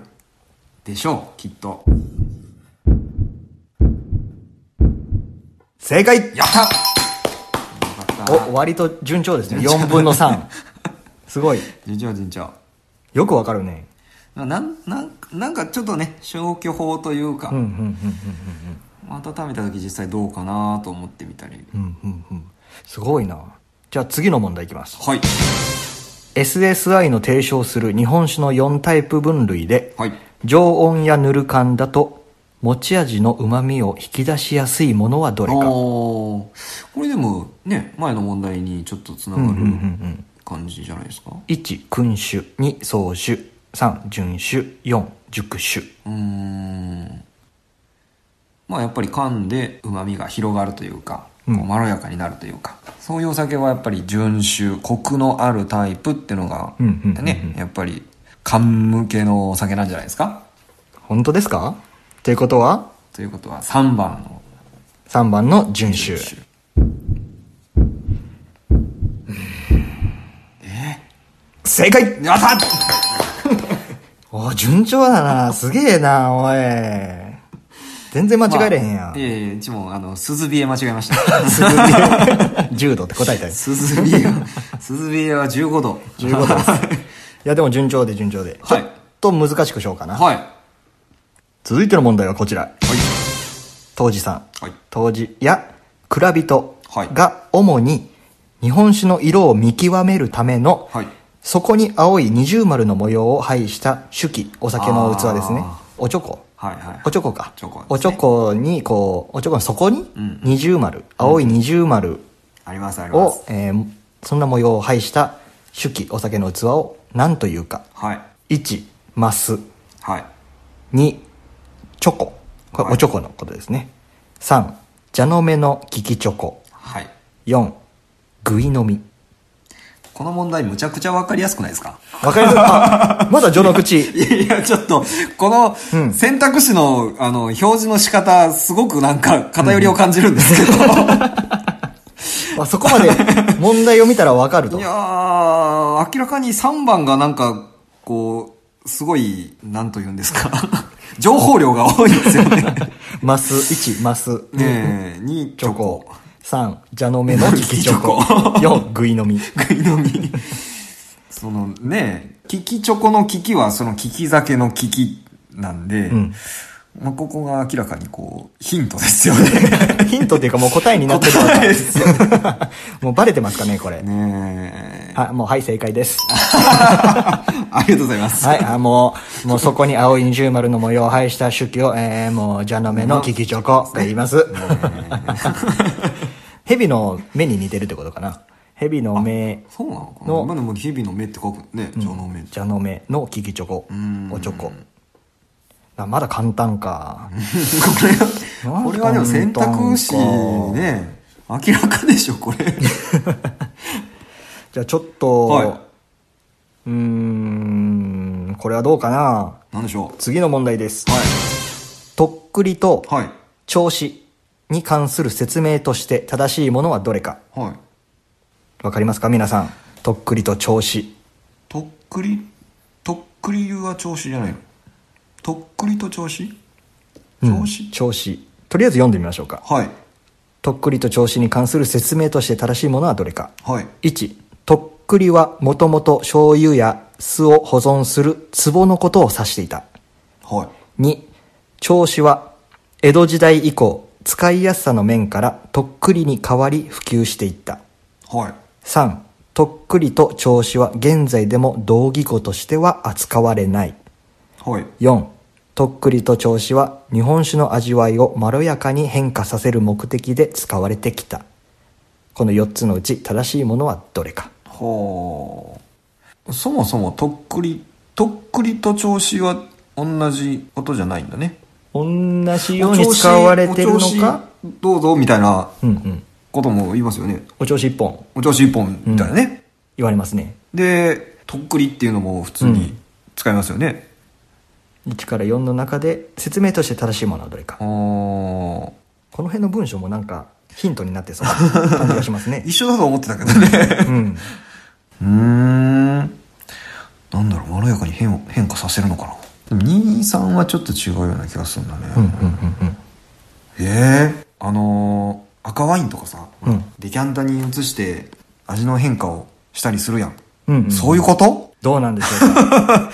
Speaker 2: でしょうきっと
Speaker 1: 正解
Speaker 2: やったよかった
Speaker 1: お割と順調ですね4分の3 すごい
Speaker 2: 順調順調
Speaker 1: よくわかるね
Speaker 2: なんなんなんかちょっとね消去法というか、
Speaker 1: うんうんうんうん
Speaker 2: 温めた時実際どうかなと思ってみたり
Speaker 1: うんうんうんうんすごいなじゃあ次の問題いきます
Speaker 2: はい
Speaker 1: SSI の提唱する日本酒の4タイプ分類で
Speaker 2: はい
Speaker 1: 常温やぬる燗だと持ち味の旨味を引き出しやすいものはどれか
Speaker 2: おーこれでもね前の問題にちょっとつながる感じじゃないですか
Speaker 1: 1君主2宗主3準主4熟主
Speaker 2: うーんまあやっぱり噛んでうまみが広がるというか、こうまろやかになるというかそういうお酒はやっぱり純酒コクのあるタイプっていうのが、
Speaker 1: うんうんうんうん
Speaker 2: ねやっぱり缶向けのお酒なんじゃないですか
Speaker 1: 本当ですかということは
Speaker 2: ということは3番の
Speaker 1: 3番の準主
Speaker 2: 純酒
Speaker 1: 正解
Speaker 2: やった
Speaker 1: お順調だな。すげえな、おい。全然間違えれへんや
Speaker 2: まあ
Speaker 1: ん。
Speaker 2: いえいえうちもあの鈴冷え間違えました
Speaker 1: 10度って答えたよ。
Speaker 2: 鈴冷え は鈴冷えは15度
Speaker 1: 15度 です。いや、でも順調で順調で。
Speaker 2: はい
Speaker 1: ちょっと難しくしようかな。
Speaker 2: はい
Speaker 1: 続いての問題はこちら。当時さん。
Speaker 2: はい
Speaker 1: 当時や、蔵人
Speaker 2: はい
Speaker 1: が主に日本酒の色を見極めるための、
Speaker 2: はい
Speaker 1: そこに青い二重丸の模様を配した酒器、お酒の器ですね
Speaker 2: あ。
Speaker 1: おちょこ。
Speaker 2: はいはい
Speaker 1: おちょこか。
Speaker 2: チョコですね
Speaker 1: おちょこに、こう、おちょこの底に
Speaker 2: うん、
Speaker 1: 二重丸、青い二重丸
Speaker 2: ありますありま
Speaker 1: を
Speaker 2: す、
Speaker 1: えーそんな模様を配した酒器、お酒の器を何というか。
Speaker 2: はい
Speaker 1: 1、マス。
Speaker 2: はい
Speaker 1: 2、チョコ。これ、
Speaker 2: はい
Speaker 1: おちょこのことですね。3、蛇の目の利きチョコ。
Speaker 2: はい
Speaker 1: 4、ぐい飲み。
Speaker 2: この問題むちゃくちゃわかりやすくないですか
Speaker 1: わかります かまだ序の口。
Speaker 2: いやいや、ちょっと、この
Speaker 1: うん
Speaker 2: 選択肢 の、あの、表示の仕方、すごくなんか偏りを感じるんですけど、
Speaker 1: まあ、そこまで問題を見たらわかると
Speaker 2: い。やー、明らかに3番がなんか、こう、すごい、なんと言うんですか。 情報量が多いですよ ね。
Speaker 1: マス1、マス2、
Speaker 2: ねえ、2チ
Speaker 1: チョ
Speaker 2: ョコ
Speaker 1: コ。。3、蛇の目の利きチョコ。
Speaker 2: 利きチ
Speaker 1: 4、ぐいのみ。
Speaker 2: 食いのみ。 そのね、利きチョコの利きはその利き酒の利きなんで、
Speaker 1: ん
Speaker 2: まあ、ここが明らかにこう、ヒントですよね。
Speaker 1: ヒントっていうかもう答えになってるから
Speaker 2: 答えですよ
Speaker 1: もうバレてますかね、これ。
Speaker 2: ねえ。
Speaker 1: あ、もうはい、正解です。
Speaker 2: ありがとうございます。
Speaker 1: はい、あ、もう、もうそこに青い二重丸の模様を配した手記を、えー、もう、蛇の目の利きチョコと言います。蛇の目に似てるってことかな。蛇の目、
Speaker 2: そうなのかな
Speaker 1: の
Speaker 2: 今でも日々の目って書くね、情の目。
Speaker 1: 蛇の目の利きチョコ
Speaker 2: ん、
Speaker 1: おチョコ。あまだ簡単か。
Speaker 2: これは、これはでも選択肢ね、明らかでしょ、これ。
Speaker 1: じゃあちょっと、
Speaker 2: はいう
Speaker 1: ーん、これはどうかな。
Speaker 2: なんでしょ
Speaker 1: 次の問題です
Speaker 2: う。。は
Speaker 1: とっくりと
Speaker 2: い。はい。
Speaker 1: 調子に関する説明として正しいものはどれか。
Speaker 2: はい。
Speaker 1: わかりますか皆さん。とっくりと調子。
Speaker 2: とっくり、とっくりは調子じゃないのとっくりと調子
Speaker 1: うん
Speaker 2: 調子、
Speaker 1: 調子。とりあえず読んでみましょうか。
Speaker 2: はい。
Speaker 1: とっくりと調子に関する説明として正しいものはどれか。
Speaker 2: はい。
Speaker 1: 1、とっくりはもともと醤油や酢を保存する壺のことを指していた。
Speaker 2: はい。
Speaker 1: 2銚子は江戸時代以降使いやすさの面からとっくりに変わり普及していった
Speaker 2: はい。
Speaker 1: 3とっくりと銚子は現在でも同義語としては扱われない
Speaker 2: はい。
Speaker 1: 4とっくりと銚子は日本酒の味わいをまろやかに変化させる目的で使われてきたこの4つのうち正しいものはどれか
Speaker 2: はあ。そもそもとっくり、とっくりと調子は同じことじゃないんだね。
Speaker 1: 同じように使われてるの
Speaker 2: お調子
Speaker 1: か
Speaker 2: お調子どうぞみたいな
Speaker 1: うんうん
Speaker 2: ことも言いますよね。
Speaker 1: お調子1本
Speaker 2: お調子一本みたいなね。
Speaker 1: 言われますね
Speaker 2: で、とっくりっていうのも普通に使いますよね。
Speaker 1: 1から4の中で説明として正しいものはどれか、
Speaker 2: あー
Speaker 1: この辺の文章もなんかヒントになってそう な感じがしますね
Speaker 2: 一緒だと思ってたけどね。
Speaker 1: うん
Speaker 2: うーん。なんだろう、まろやかに変を変化させるのかな。でも2、3はちょっと違うような気がするんだね。
Speaker 1: うんうんうん
Speaker 2: ええあのー赤ワインとかさ、
Speaker 1: うん
Speaker 2: デキャンタに移して味の変化をしたりするやん。
Speaker 1: うんうんうん
Speaker 2: そういうこと
Speaker 1: どうなんでしょうか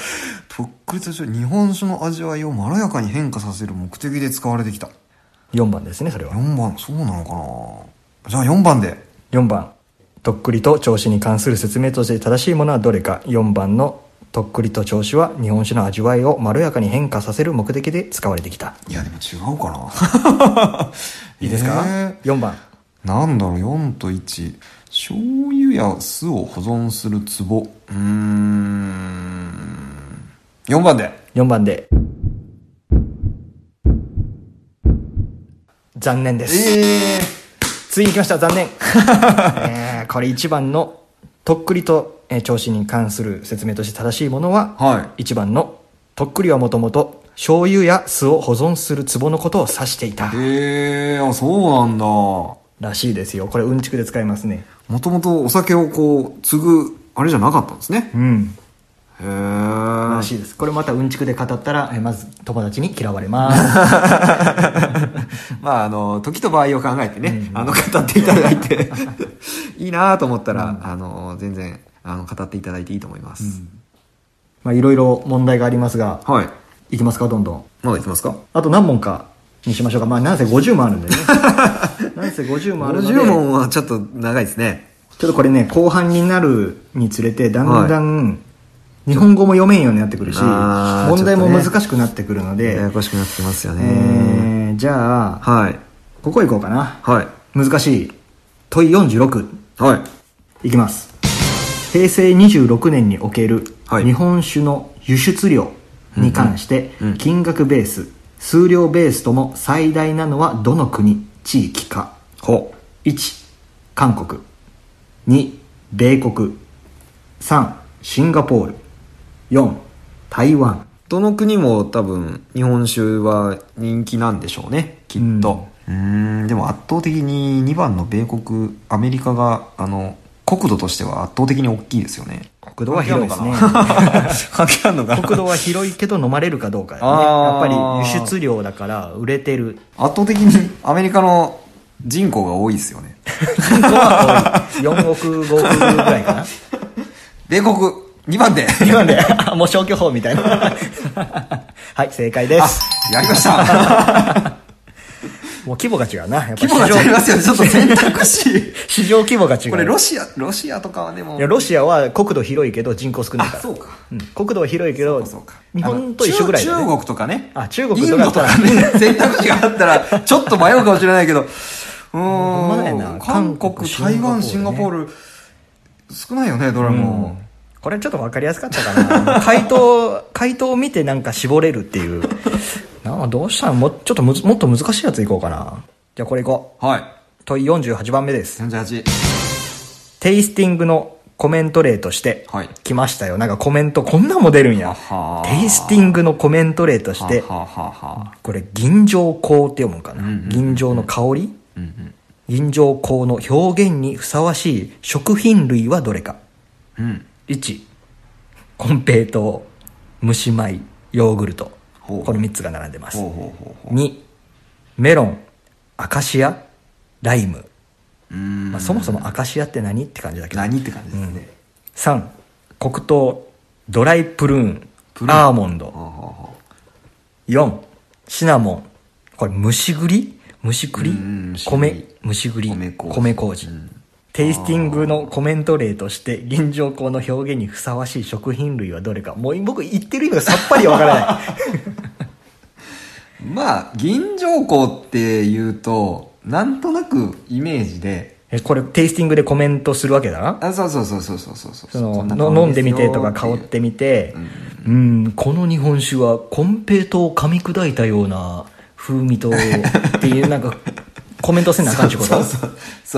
Speaker 2: とっくりとして日本酒の味わいをまろやかに変化させる目的で使われてきた。
Speaker 1: 4番ですねそれは
Speaker 2: 4番、そうなのかなじゃあ4番で。
Speaker 1: 4番とっくりと調子に関する説明として正しいものはどれか4番のとっくりと調子は日本酒の味わいをまろやかに変化させる目的で使われてきた
Speaker 2: いや、でも違うかな。
Speaker 1: いいですか、
Speaker 2: え
Speaker 1: 4番
Speaker 2: ーなんだろう、4と1。醤油や酢を保存するツボ。うーん。4番で。
Speaker 1: 4番で残念です
Speaker 2: ええ
Speaker 1: ついに来ました残 念、えーこれ1番のとっくりと、えー調子に関する説明として正しいものは、
Speaker 2: はい。
Speaker 1: 1番のとっくりはもともと醤油や酢を保存する壺のことを指していた
Speaker 2: ええあ、そうなんだ。も
Speaker 1: らしいですよこれうんちくで使いますね
Speaker 2: ともとお酒をこう、継ぐ、あれじゃなかったんですね。
Speaker 1: うん
Speaker 2: へえ。
Speaker 1: らしいですこれまたうんちくで語ったら、えーまず友達に嫌われ ます
Speaker 2: まあ、あの、時と場合を考えてね、あの、語っていただい て、いいなと思ったら、あの、全然、あの、語っていただいていいと思います。
Speaker 1: まあいろいろ問題がありますが
Speaker 2: はい。
Speaker 1: いきますかどんどん
Speaker 2: まだいきますか
Speaker 1: あと何問かにしましょうかまあなんせ50問あるん でねなんせ50問あるので
Speaker 2: ?50 問はちょっと長いですね。
Speaker 1: ちょっとこれね、後半になるにつれて、だんだん、日本語も読めんようになってくるし、
Speaker 2: あー
Speaker 1: 問題も
Speaker 2: ちょっとね
Speaker 1: 難しくなってくるので、
Speaker 2: ややこしくなってきますよ
Speaker 1: え
Speaker 2: ね。
Speaker 1: ーじゃあ、
Speaker 2: はい。
Speaker 1: ここ行こうかな。
Speaker 2: はい。
Speaker 1: 難しい。問い46、
Speaker 2: はい。
Speaker 1: いきます。平成26年における
Speaker 2: はい
Speaker 1: 日本酒の輸出量に関して
Speaker 2: うんうん、
Speaker 1: 金額ベース、数量ベースとも最大なのはどの国、地域か。
Speaker 2: ほ
Speaker 1: 1韓国2米国3シンガポール4台湾
Speaker 2: どの国も多分、日本酒は人気なんでしょうね、きっと。うーんでも圧倒的に2番の米国アメリカがあの国土としては圧倒的に大きいですよね
Speaker 1: 国土は広いですね。
Speaker 2: 関係あるの かな
Speaker 1: 国土は広いけど飲まれるかどうか、ね、やっ
Speaker 2: あー
Speaker 1: ぱり輸出量だから売れてる。
Speaker 2: 圧倒的にアメリカの人口が多いですよね
Speaker 1: 人口は多い4億、5億ぐらいかな。
Speaker 2: 米国2番で
Speaker 1: 今 ね、あもう消去法みたいな。はい、正解で
Speaker 2: あ
Speaker 1: す。
Speaker 2: やりました
Speaker 1: もう規模が違うな。やっぱ
Speaker 2: 規模が違いますよねちょっと選択肢
Speaker 1: 市場規模が違う。
Speaker 2: これロシアロシアとかはでも
Speaker 1: いやロシアは国土広いけど人口少ないから。
Speaker 2: そうか
Speaker 1: うん国土は広いけど
Speaker 2: そうか、
Speaker 1: 日本と一緒ぐらいだ
Speaker 2: あ
Speaker 1: よ
Speaker 2: の
Speaker 1: ね
Speaker 2: 中中国とかね
Speaker 1: あ中国
Speaker 2: イン
Speaker 1: と
Speaker 2: ド
Speaker 1: かだっ
Speaker 2: と
Speaker 1: たら
Speaker 2: かね 選択肢があったらちょっと迷うかもしれないけどう
Speaker 1: ほんまだよ
Speaker 2: ー
Speaker 1: なん
Speaker 2: 韓国
Speaker 1: 韓国
Speaker 2: 台湾シ
Speaker 1: シ
Speaker 2: ン
Speaker 1: ン
Speaker 2: ガ
Speaker 1: ガ
Speaker 2: ポ
Speaker 1: ポ
Speaker 2: ール少ないよねどれも
Speaker 1: これちょっと分かりやすかったかな回答回答を見てなんか絞れるっていうなあどうしたのもうちょっとむずもっと難しいやついこうかなじゃあこれいこ
Speaker 2: はいう
Speaker 1: 問い48番目です
Speaker 2: 38
Speaker 1: テイスティングのコメント例として
Speaker 2: はい
Speaker 1: 来ましたよなんかコメントこんなんも出るんや
Speaker 2: はあ
Speaker 1: テイスティングのコメント例として
Speaker 2: はははは
Speaker 1: これ銀醸香って読むんかな、
Speaker 2: うんうんうん
Speaker 1: 銀醸の香り
Speaker 2: うんうん
Speaker 1: 銀醸香の表現にふさわしい食品類はどれか
Speaker 2: うん
Speaker 1: 1コンペイトウ蒸し米ヨーグルト
Speaker 2: ほう
Speaker 1: この3つが並んでます
Speaker 2: ほうほうほうほ
Speaker 1: 2メロンアカシアライム、
Speaker 2: ううーん
Speaker 1: まあ、そもそもアカシアって何って感じだけど
Speaker 2: 何って感じですね
Speaker 1: 3黒糖ドライプルーン
Speaker 2: プルーン
Speaker 1: アーモンド
Speaker 2: ほうほうほ
Speaker 1: 4シナモンこれ蒸し栗蒸し栗
Speaker 2: うん蒸し栗
Speaker 1: 米蒸し栗
Speaker 2: 米
Speaker 1: 米
Speaker 2: 麹
Speaker 1: 麹テイスティングのコメント例として銀条項の表現にふさわしい食品類はどれかもう僕言ってる意味がさっぱりわからな い
Speaker 2: うまあ銀条項っていうとなんとなくイメージで
Speaker 1: えこれテイスティングでコメントするわけだな
Speaker 2: あそうそうそうそうそうそうそう
Speaker 1: その
Speaker 2: んな
Speaker 1: の飲ん
Speaker 2: 感じ
Speaker 1: ですみ
Speaker 2: よ
Speaker 1: てとか
Speaker 2: い
Speaker 1: 香
Speaker 2: う
Speaker 1: ってみてうんこの日本酒はコンペイトを噛み砕いたような風味とっていうなんかコメントせんなあかんちゅうこと
Speaker 2: そ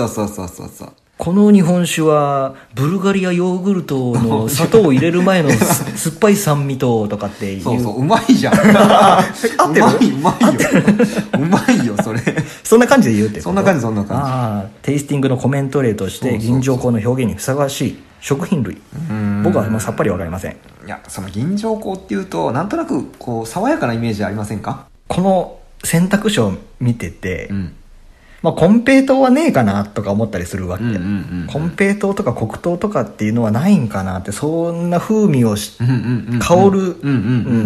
Speaker 2: うそうそうそうそうそうそう
Speaker 1: この日本酒はブルガリアヨーグルトの砂糖を入れる前のす酸っぱい酸味ととかっていう
Speaker 2: そうそううまい じゃんうまいうまいようまいよそ れ
Speaker 1: そんな感じで言うってこと
Speaker 2: そんな感じそんな感
Speaker 1: ああテイスティングのコメント例とし
Speaker 2: そう
Speaker 1: て
Speaker 2: そうそう
Speaker 1: 銀条項の表現にふさわしい食品類
Speaker 2: ん
Speaker 1: 僕はもうさっぱりわかりません
Speaker 2: じいやその銀条項っていうとなんとなくこう爽やかなイメージありませんか
Speaker 1: この選択肢を見てて、
Speaker 2: うん
Speaker 1: まあ、コンペイトーはねえかなとか思ったりするわけ、
Speaker 2: うんうんうん
Speaker 1: コンペイトーとか黒糖とかっていうのはないんかなってそんな風味をし
Speaker 2: うんうんうん
Speaker 1: 香る、
Speaker 2: うんうんうん
Speaker 1: う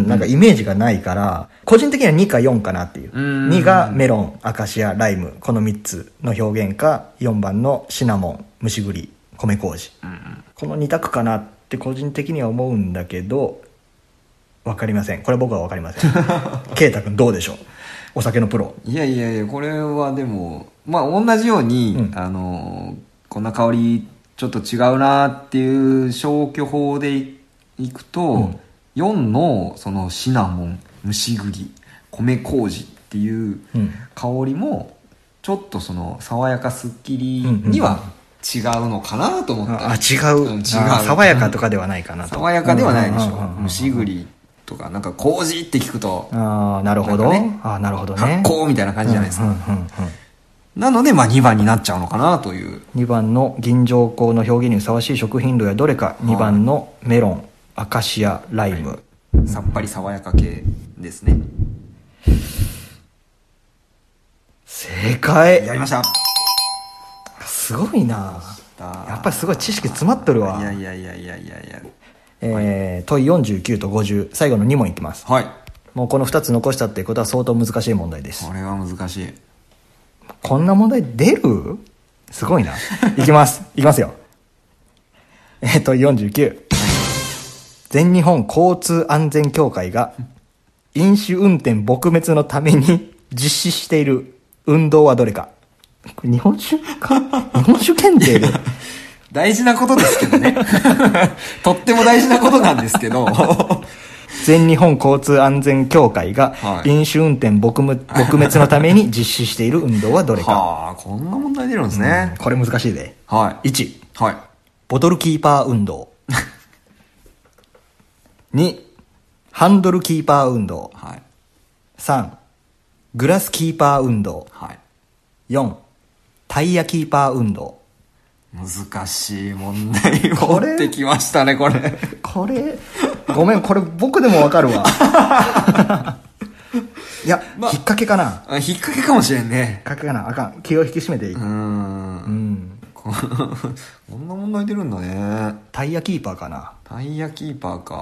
Speaker 1: んなんかイメージがないから、個人的には2か4かなっていう。
Speaker 2: うんうんうん
Speaker 1: 2がメロン、アカシア、ライム、この3つの表現か、4番のシナモン、蒸し栗、米麹。この2択かなって個人的には思うんだけど、わかりません。これ僕はわかりま せん。ケイタ君どうでしょうお酒のプロ。
Speaker 2: いやいやいやこれはでもまあ同じように、
Speaker 1: うん
Speaker 2: あのこんな香りちょっと違うなっていう消去法でいいくと、4のそのシナモン蒸し栗米麹っていう
Speaker 1: うん
Speaker 2: 香りもちょっとその爽やかすっきりには違うのかなと思ったり、
Speaker 1: あ、あ違う。
Speaker 2: うん違う
Speaker 1: あ爽やかとかではないかなと。
Speaker 2: 爽やかではないで
Speaker 1: う
Speaker 2: し
Speaker 1: んうんうんうん
Speaker 2: ょ蒸し栗とかなんか麹って聞くと
Speaker 1: ああ、なるほど。
Speaker 2: なんかね
Speaker 1: ああ、なるほど
Speaker 2: 発
Speaker 1: ね。
Speaker 2: 酵みたいな感じじゃないですか、
Speaker 1: うんうんうんうん
Speaker 2: なのでまあ2番になっちゃうのかなという
Speaker 1: 2番の銀条項の表現にふさわしい食品類はどれか2番のメロンアカシアライム
Speaker 2: さっぱり爽やか系ですね
Speaker 1: 正解
Speaker 2: やりました
Speaker 1: すごいなやっぱりすごい知識詰まっとるわ
Speaker 2: いやいやいやいやいやいや
Speaker 1: えー問い49と50最後の2問いきます
Speaker 2: はい
Speaker 1: もうこの2つ残したっていうことは相当難しい問題です
Speaker 2: これは難しい
Speaker 1: こんな問題出るすごいないきますいきますよえー問い49全日本交通安全協会が飲酒運転撲滅のために実施している運動はどれかこれ日本酒か日本酒検定で
Speaker 2: 大事なことですけどね とっても大事なことなんですけ ど
Speaker 1: 全日本交通安全協会が
Speaker 2: はい
Speaker 1: 飲酒運転撲滅撲滅のために実施している運動はどれか、
Speaker 2: はあこんな問題出るんです
Speaker 1: うん
Speaker 2: ね、
Speaker 1: これ難しいで
Speaker 2: はい
Speaker 1: 1
Speaker 2: はい
Speaker 1: ボトルキーパー運動。2、ハンドルキーパー運動。
Speaker 2: はい
Speaker 1: 3、グラスキーパー運動。
Speaker 2: はい
Speaker 1: 4、タイヤキーパー運動。
Speaker 2: 難しい問題を
Speaker 1: これ
Speaker 2: 持ってきましたね、これ。
Speaker 1: これ、ごめん、これ僕でもわかる わ。いや、
Speaker 2: ま
Speaker 1: 引っ掛けかな。
Speaker 2: あ、引っ掛けかもしれんね。
Speaker 1: 掛けかな。あかん。気を引き締めていい。
Speaker 2: うー。
Speaker 1: うんん。
Speaker 2: ここんな問題出るんだね。
Speaker 1: タイヤキーパーかな。
Speaker 2: タイヤキーパーか。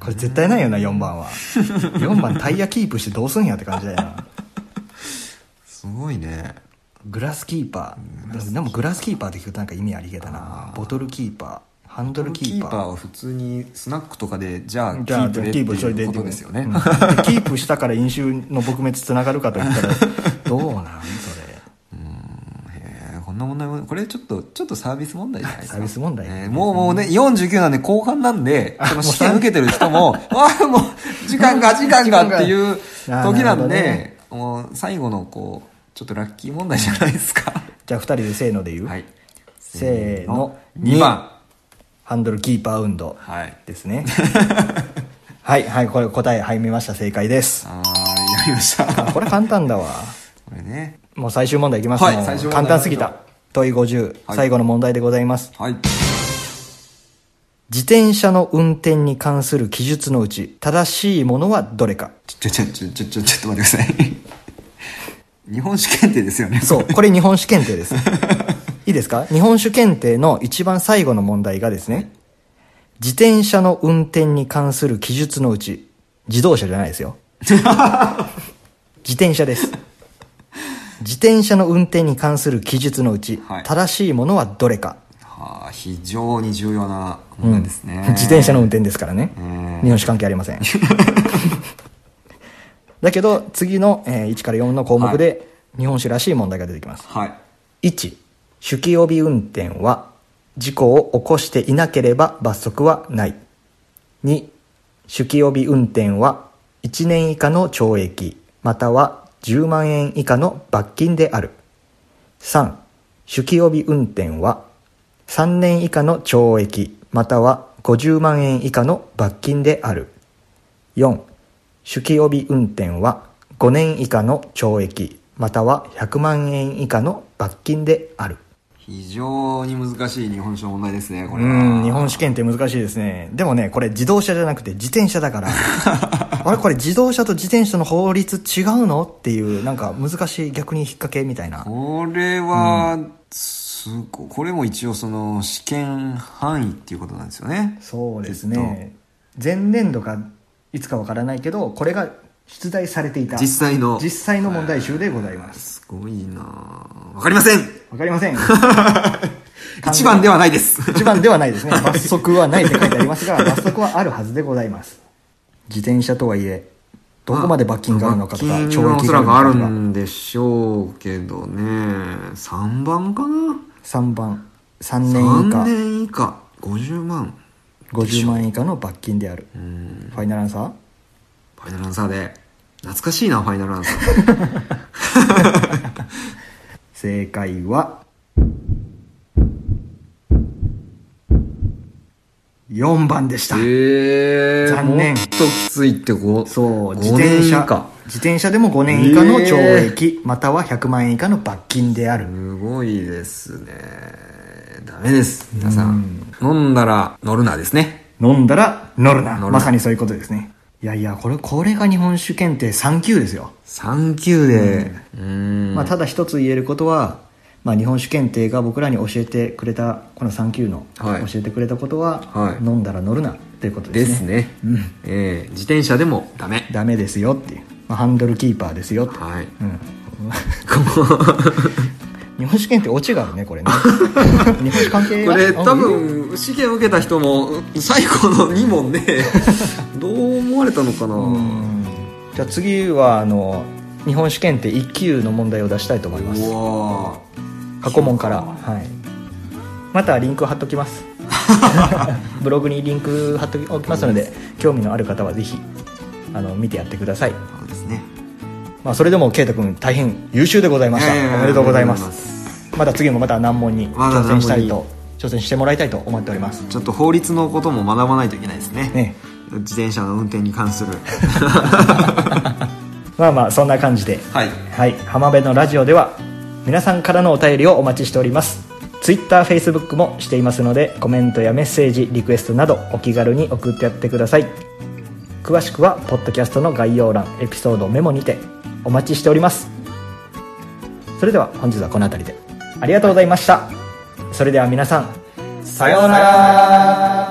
Speaker 1: これ絶対ないよな、4番は。4番タイヤキープしてどうすんやって感じだよな。
Speaker 2: すごいね。
Speaker 1: グラスキーパー。でもでもグラスキーパーって聞くとなんか意味ありげだな。ボトルキーパー。ハンドルキ
Speaker 2: キ
Speaker 1: ー
Speaker 2: ーパ
Speaker 1: パ
Speaker 2: ー
Speaker 1: ー。
Speaker 2: は普通にスナックとかで、じゃあキ
Speaker 1: じゃあ、
Speaker 2: ー
Speaker 1: キ
Speaker 2: プでっ
Speaker 1: ープしとい
Speaker 2: て
Speaker 1: て
Speaker 2: い
Speaker 1: っ
Speaker 2: うこ
Speaker 1: て
Speaker 2: とですよね
Speaker 1: うん。でキープしたから飲酒の撲滅つながるかと言ったら、どうなんそれ。
Speaker 2: へ えこんな問題も、これちょっと、ちょっとサービス問題じゃないですか。
Speaker 1: サービス問題
Speaker 2: ねもうもうね、49なんで後半なんで、その試験受けてる人も、 ああ、もう、時間が、時間がっていう
Speaker 1: 時間が
Speaker 2: 時なんで、
Speaker 1: あーなる
Speaker 2: もう最後のこう、ちょっとラッキー問題じゃないで すか。
Speaker 1: じゃあ、二人でせーので言う。
Speaker 2: はい。
Speaker 1: せーの
Speaker 2: 2番。
Speaker 1: ハンドルキーパー運動
Speaker 2: はい。
Speaker 1: ですね。はい、はい、これ答え、はい、見ました。正解です。
Speaker 2: あー、やりました。
Speaker 1: あこれ簡単だわ。
Speaker 2: これね。
Speaker 1: もう最終問題いきます。
Speaker 2: はい
Speaker 1: もう
Speaker 2: 最終問題
Speaker 1: 簡単すぎた。問い50、
Speaker 2: はい
Speaker 1: 最後の問題でございます。
Speaker 2: はい。
Speaker 1: 自転車の運転に関する記述のうち、正しいものはどれか。
Speaker 2: ちょ、ちょ、ちょ、ちょ、ちょ、ちょっと待ってください。 日本史検定ですよね。
Speaker 1: そう、これ日本酒検定です。いいですか日本酒検定の一番最後の問題がですね、自転車の運転に関する記述のうち、自動車じゃないです よ。自転車です。自転車の運転に関する記述のうち、
Speaker 2: はい
Speaker 1: 正しいものはどれか。
Speaker 2: はあ、非常に重要な問題ですね。
Speaker 1: 自転車の運転ですからね。
Speaker 2: うん
Speaker 1: 日本酒関係ありま せん。だけど、次の、えー1から4の項目で、日本酒らしい問題が出てきます。
Speaker 2: はい。
Speaker 1: 1酒気帯び運転は事故を起こしていなければ罰則はない2酒気帯び運転は1年以下の懲役または10万円以下の罰金である3酒気帯び運転は3年以下の懲役または50万円以下の罰金である4酒気帯び運転は5年以下の懲役または100万円以下の罰金である
Speaker 2: 非常に難しい日本史の問題ですね、こ
Speaker 1: う
Speaker 2: れは。
Speaker 1: ん日本試験って難しいですねでもねこれ自動車じゃなくて自転車だ からあれこれ自動車と自転車の法律違うのっていうなんか難しい逆に引っ掛けみたいな
Speaker 2: これは、すごいこれも一応その試験範囲っていうことなんですよね。
Speaker 1: そうですね前年度かいつかわからないけどこれが出題されていた
Speaker 2: 実際の。
Speaker 1: 実際の問題集でございます
Speaker 2: すごいなあわかりません
Speaker 1: わかりません
Speaker 2: 一番ではないです。
Speaker 1: 一番ではないですね。罰則はないって書いてあり ますが、罰則はあるはずでございます。自転車とはいえ、 どこまで罰金があるのかとか、
Speaker 2: 罰金は
Speaker 1: 懲
Speaker 2: お
Speaker 1: 役
Speaker 2: そ
Speaker 1: が
Speaker 2: らくあ
Speaker 1: ある
Speaker 2: る
Speaker 1: のか
Speaker 2: んでしょうけどね。3番かな
Speaker 1: 3番、3
Speaker 2: ?3
Speaker 1: 年以
Speaker 2: 年以下。50万。
Speaker 1: 下、50万円以下の罰金である。
Speaker 2: うん。
Speaker 1: ファイナルアンサー
Speaker 2: ファイナルアンサーで。懐かしいな、ファイナルアンサー。
Speaker 1: 正解は、4番でした。
Speaker 2: えー、
Speaker 1: 残念
Speaker 2: もっときついってこ
Speaker 1: そう、自
Speaker 2: 5
Speaker 1: 転
Speaker 2: 年以
Speaker 1: 車
Speaker 2: 下。。
Speaker 1: 自転車でも5年以下の懲役、または100万円以下の罰金である。
Speaker 2: すごいですね。ダメです。皆さん。飲んだら乗るなですね。
Speaker 1: 飲んだら乗るな
Speaker 2: 乗るな
Speaker 1: まさにそういうことですねいやいやこれこれが日本酒検定3級ですよ、
Speaker 2: 3級で。うん。
Speaker 1: まあ、ただ一つ言えることは、まあ、日本酒検定が僕らに教えてくれたこの3級の、
Speaker 2: はい
Speaker 1: 教えてくれたことは、
Speaker 2: はい
Speaker 1: 飲んだら乗るなということで
Speaker 2: ですす
Speaker 1: ね
Speaker 2: ね。えー自転車でもダメ。
Speaker 1: ダメですよっていう、まあ、ハンドルキーパーですよって、
Speaker 2: はい。
Speaker 1: うん日本酒検定オチがあるねこれ ね日本酒関係
Speaker 2: これ
Speaker 1: あ
Speaker 2: 多分試験受けた人も最後の2問で どう思われたのかな、
Speaker 1: じゃあ次はあの日本酒検定1級の問題を出したいと思います
Speaker 2: うわ
Speaker 1: 過去問から、はい、またリンク貼っときます ブログにリンク貼っときますので興味のある方はぜひあの見てやってください、
Speaker 2: そうですね
Speaker 1: まあ、それでも圭太君大変優秀でございました、
Speaker 2: いやいやいや
Speaker 1: おめでとうございま
Speaker 2: ありがとうございます
Speaker 1: また次もまた難問に
Speaker 2: まだ
Speaker 1: 挑戦したい
Speaker 2: 難
Speaker 1: と挑戦してもらいたいと思っております
Speaker 2: ちょっと法律のことも学ばないといけないですね
Speaker 1: ね
Speaker 2: 自転車の運転に 関する
Speaker 1: まあまあそんな感じで
Speaker 2: はい
Speaker 1: はい浜辺のラジオでは皆さんからのお便りをお待ちしております。Twitter、Facebook もしていますので、コメントやメッセージ、リクエストなどお気軽に送ってやってください。詳しくは、ポッドキャストの概要欄、エピソードメモにてお待ちしております。それでは本日はこの辺りで。ありがとうございました。それでは皆さん、さようなら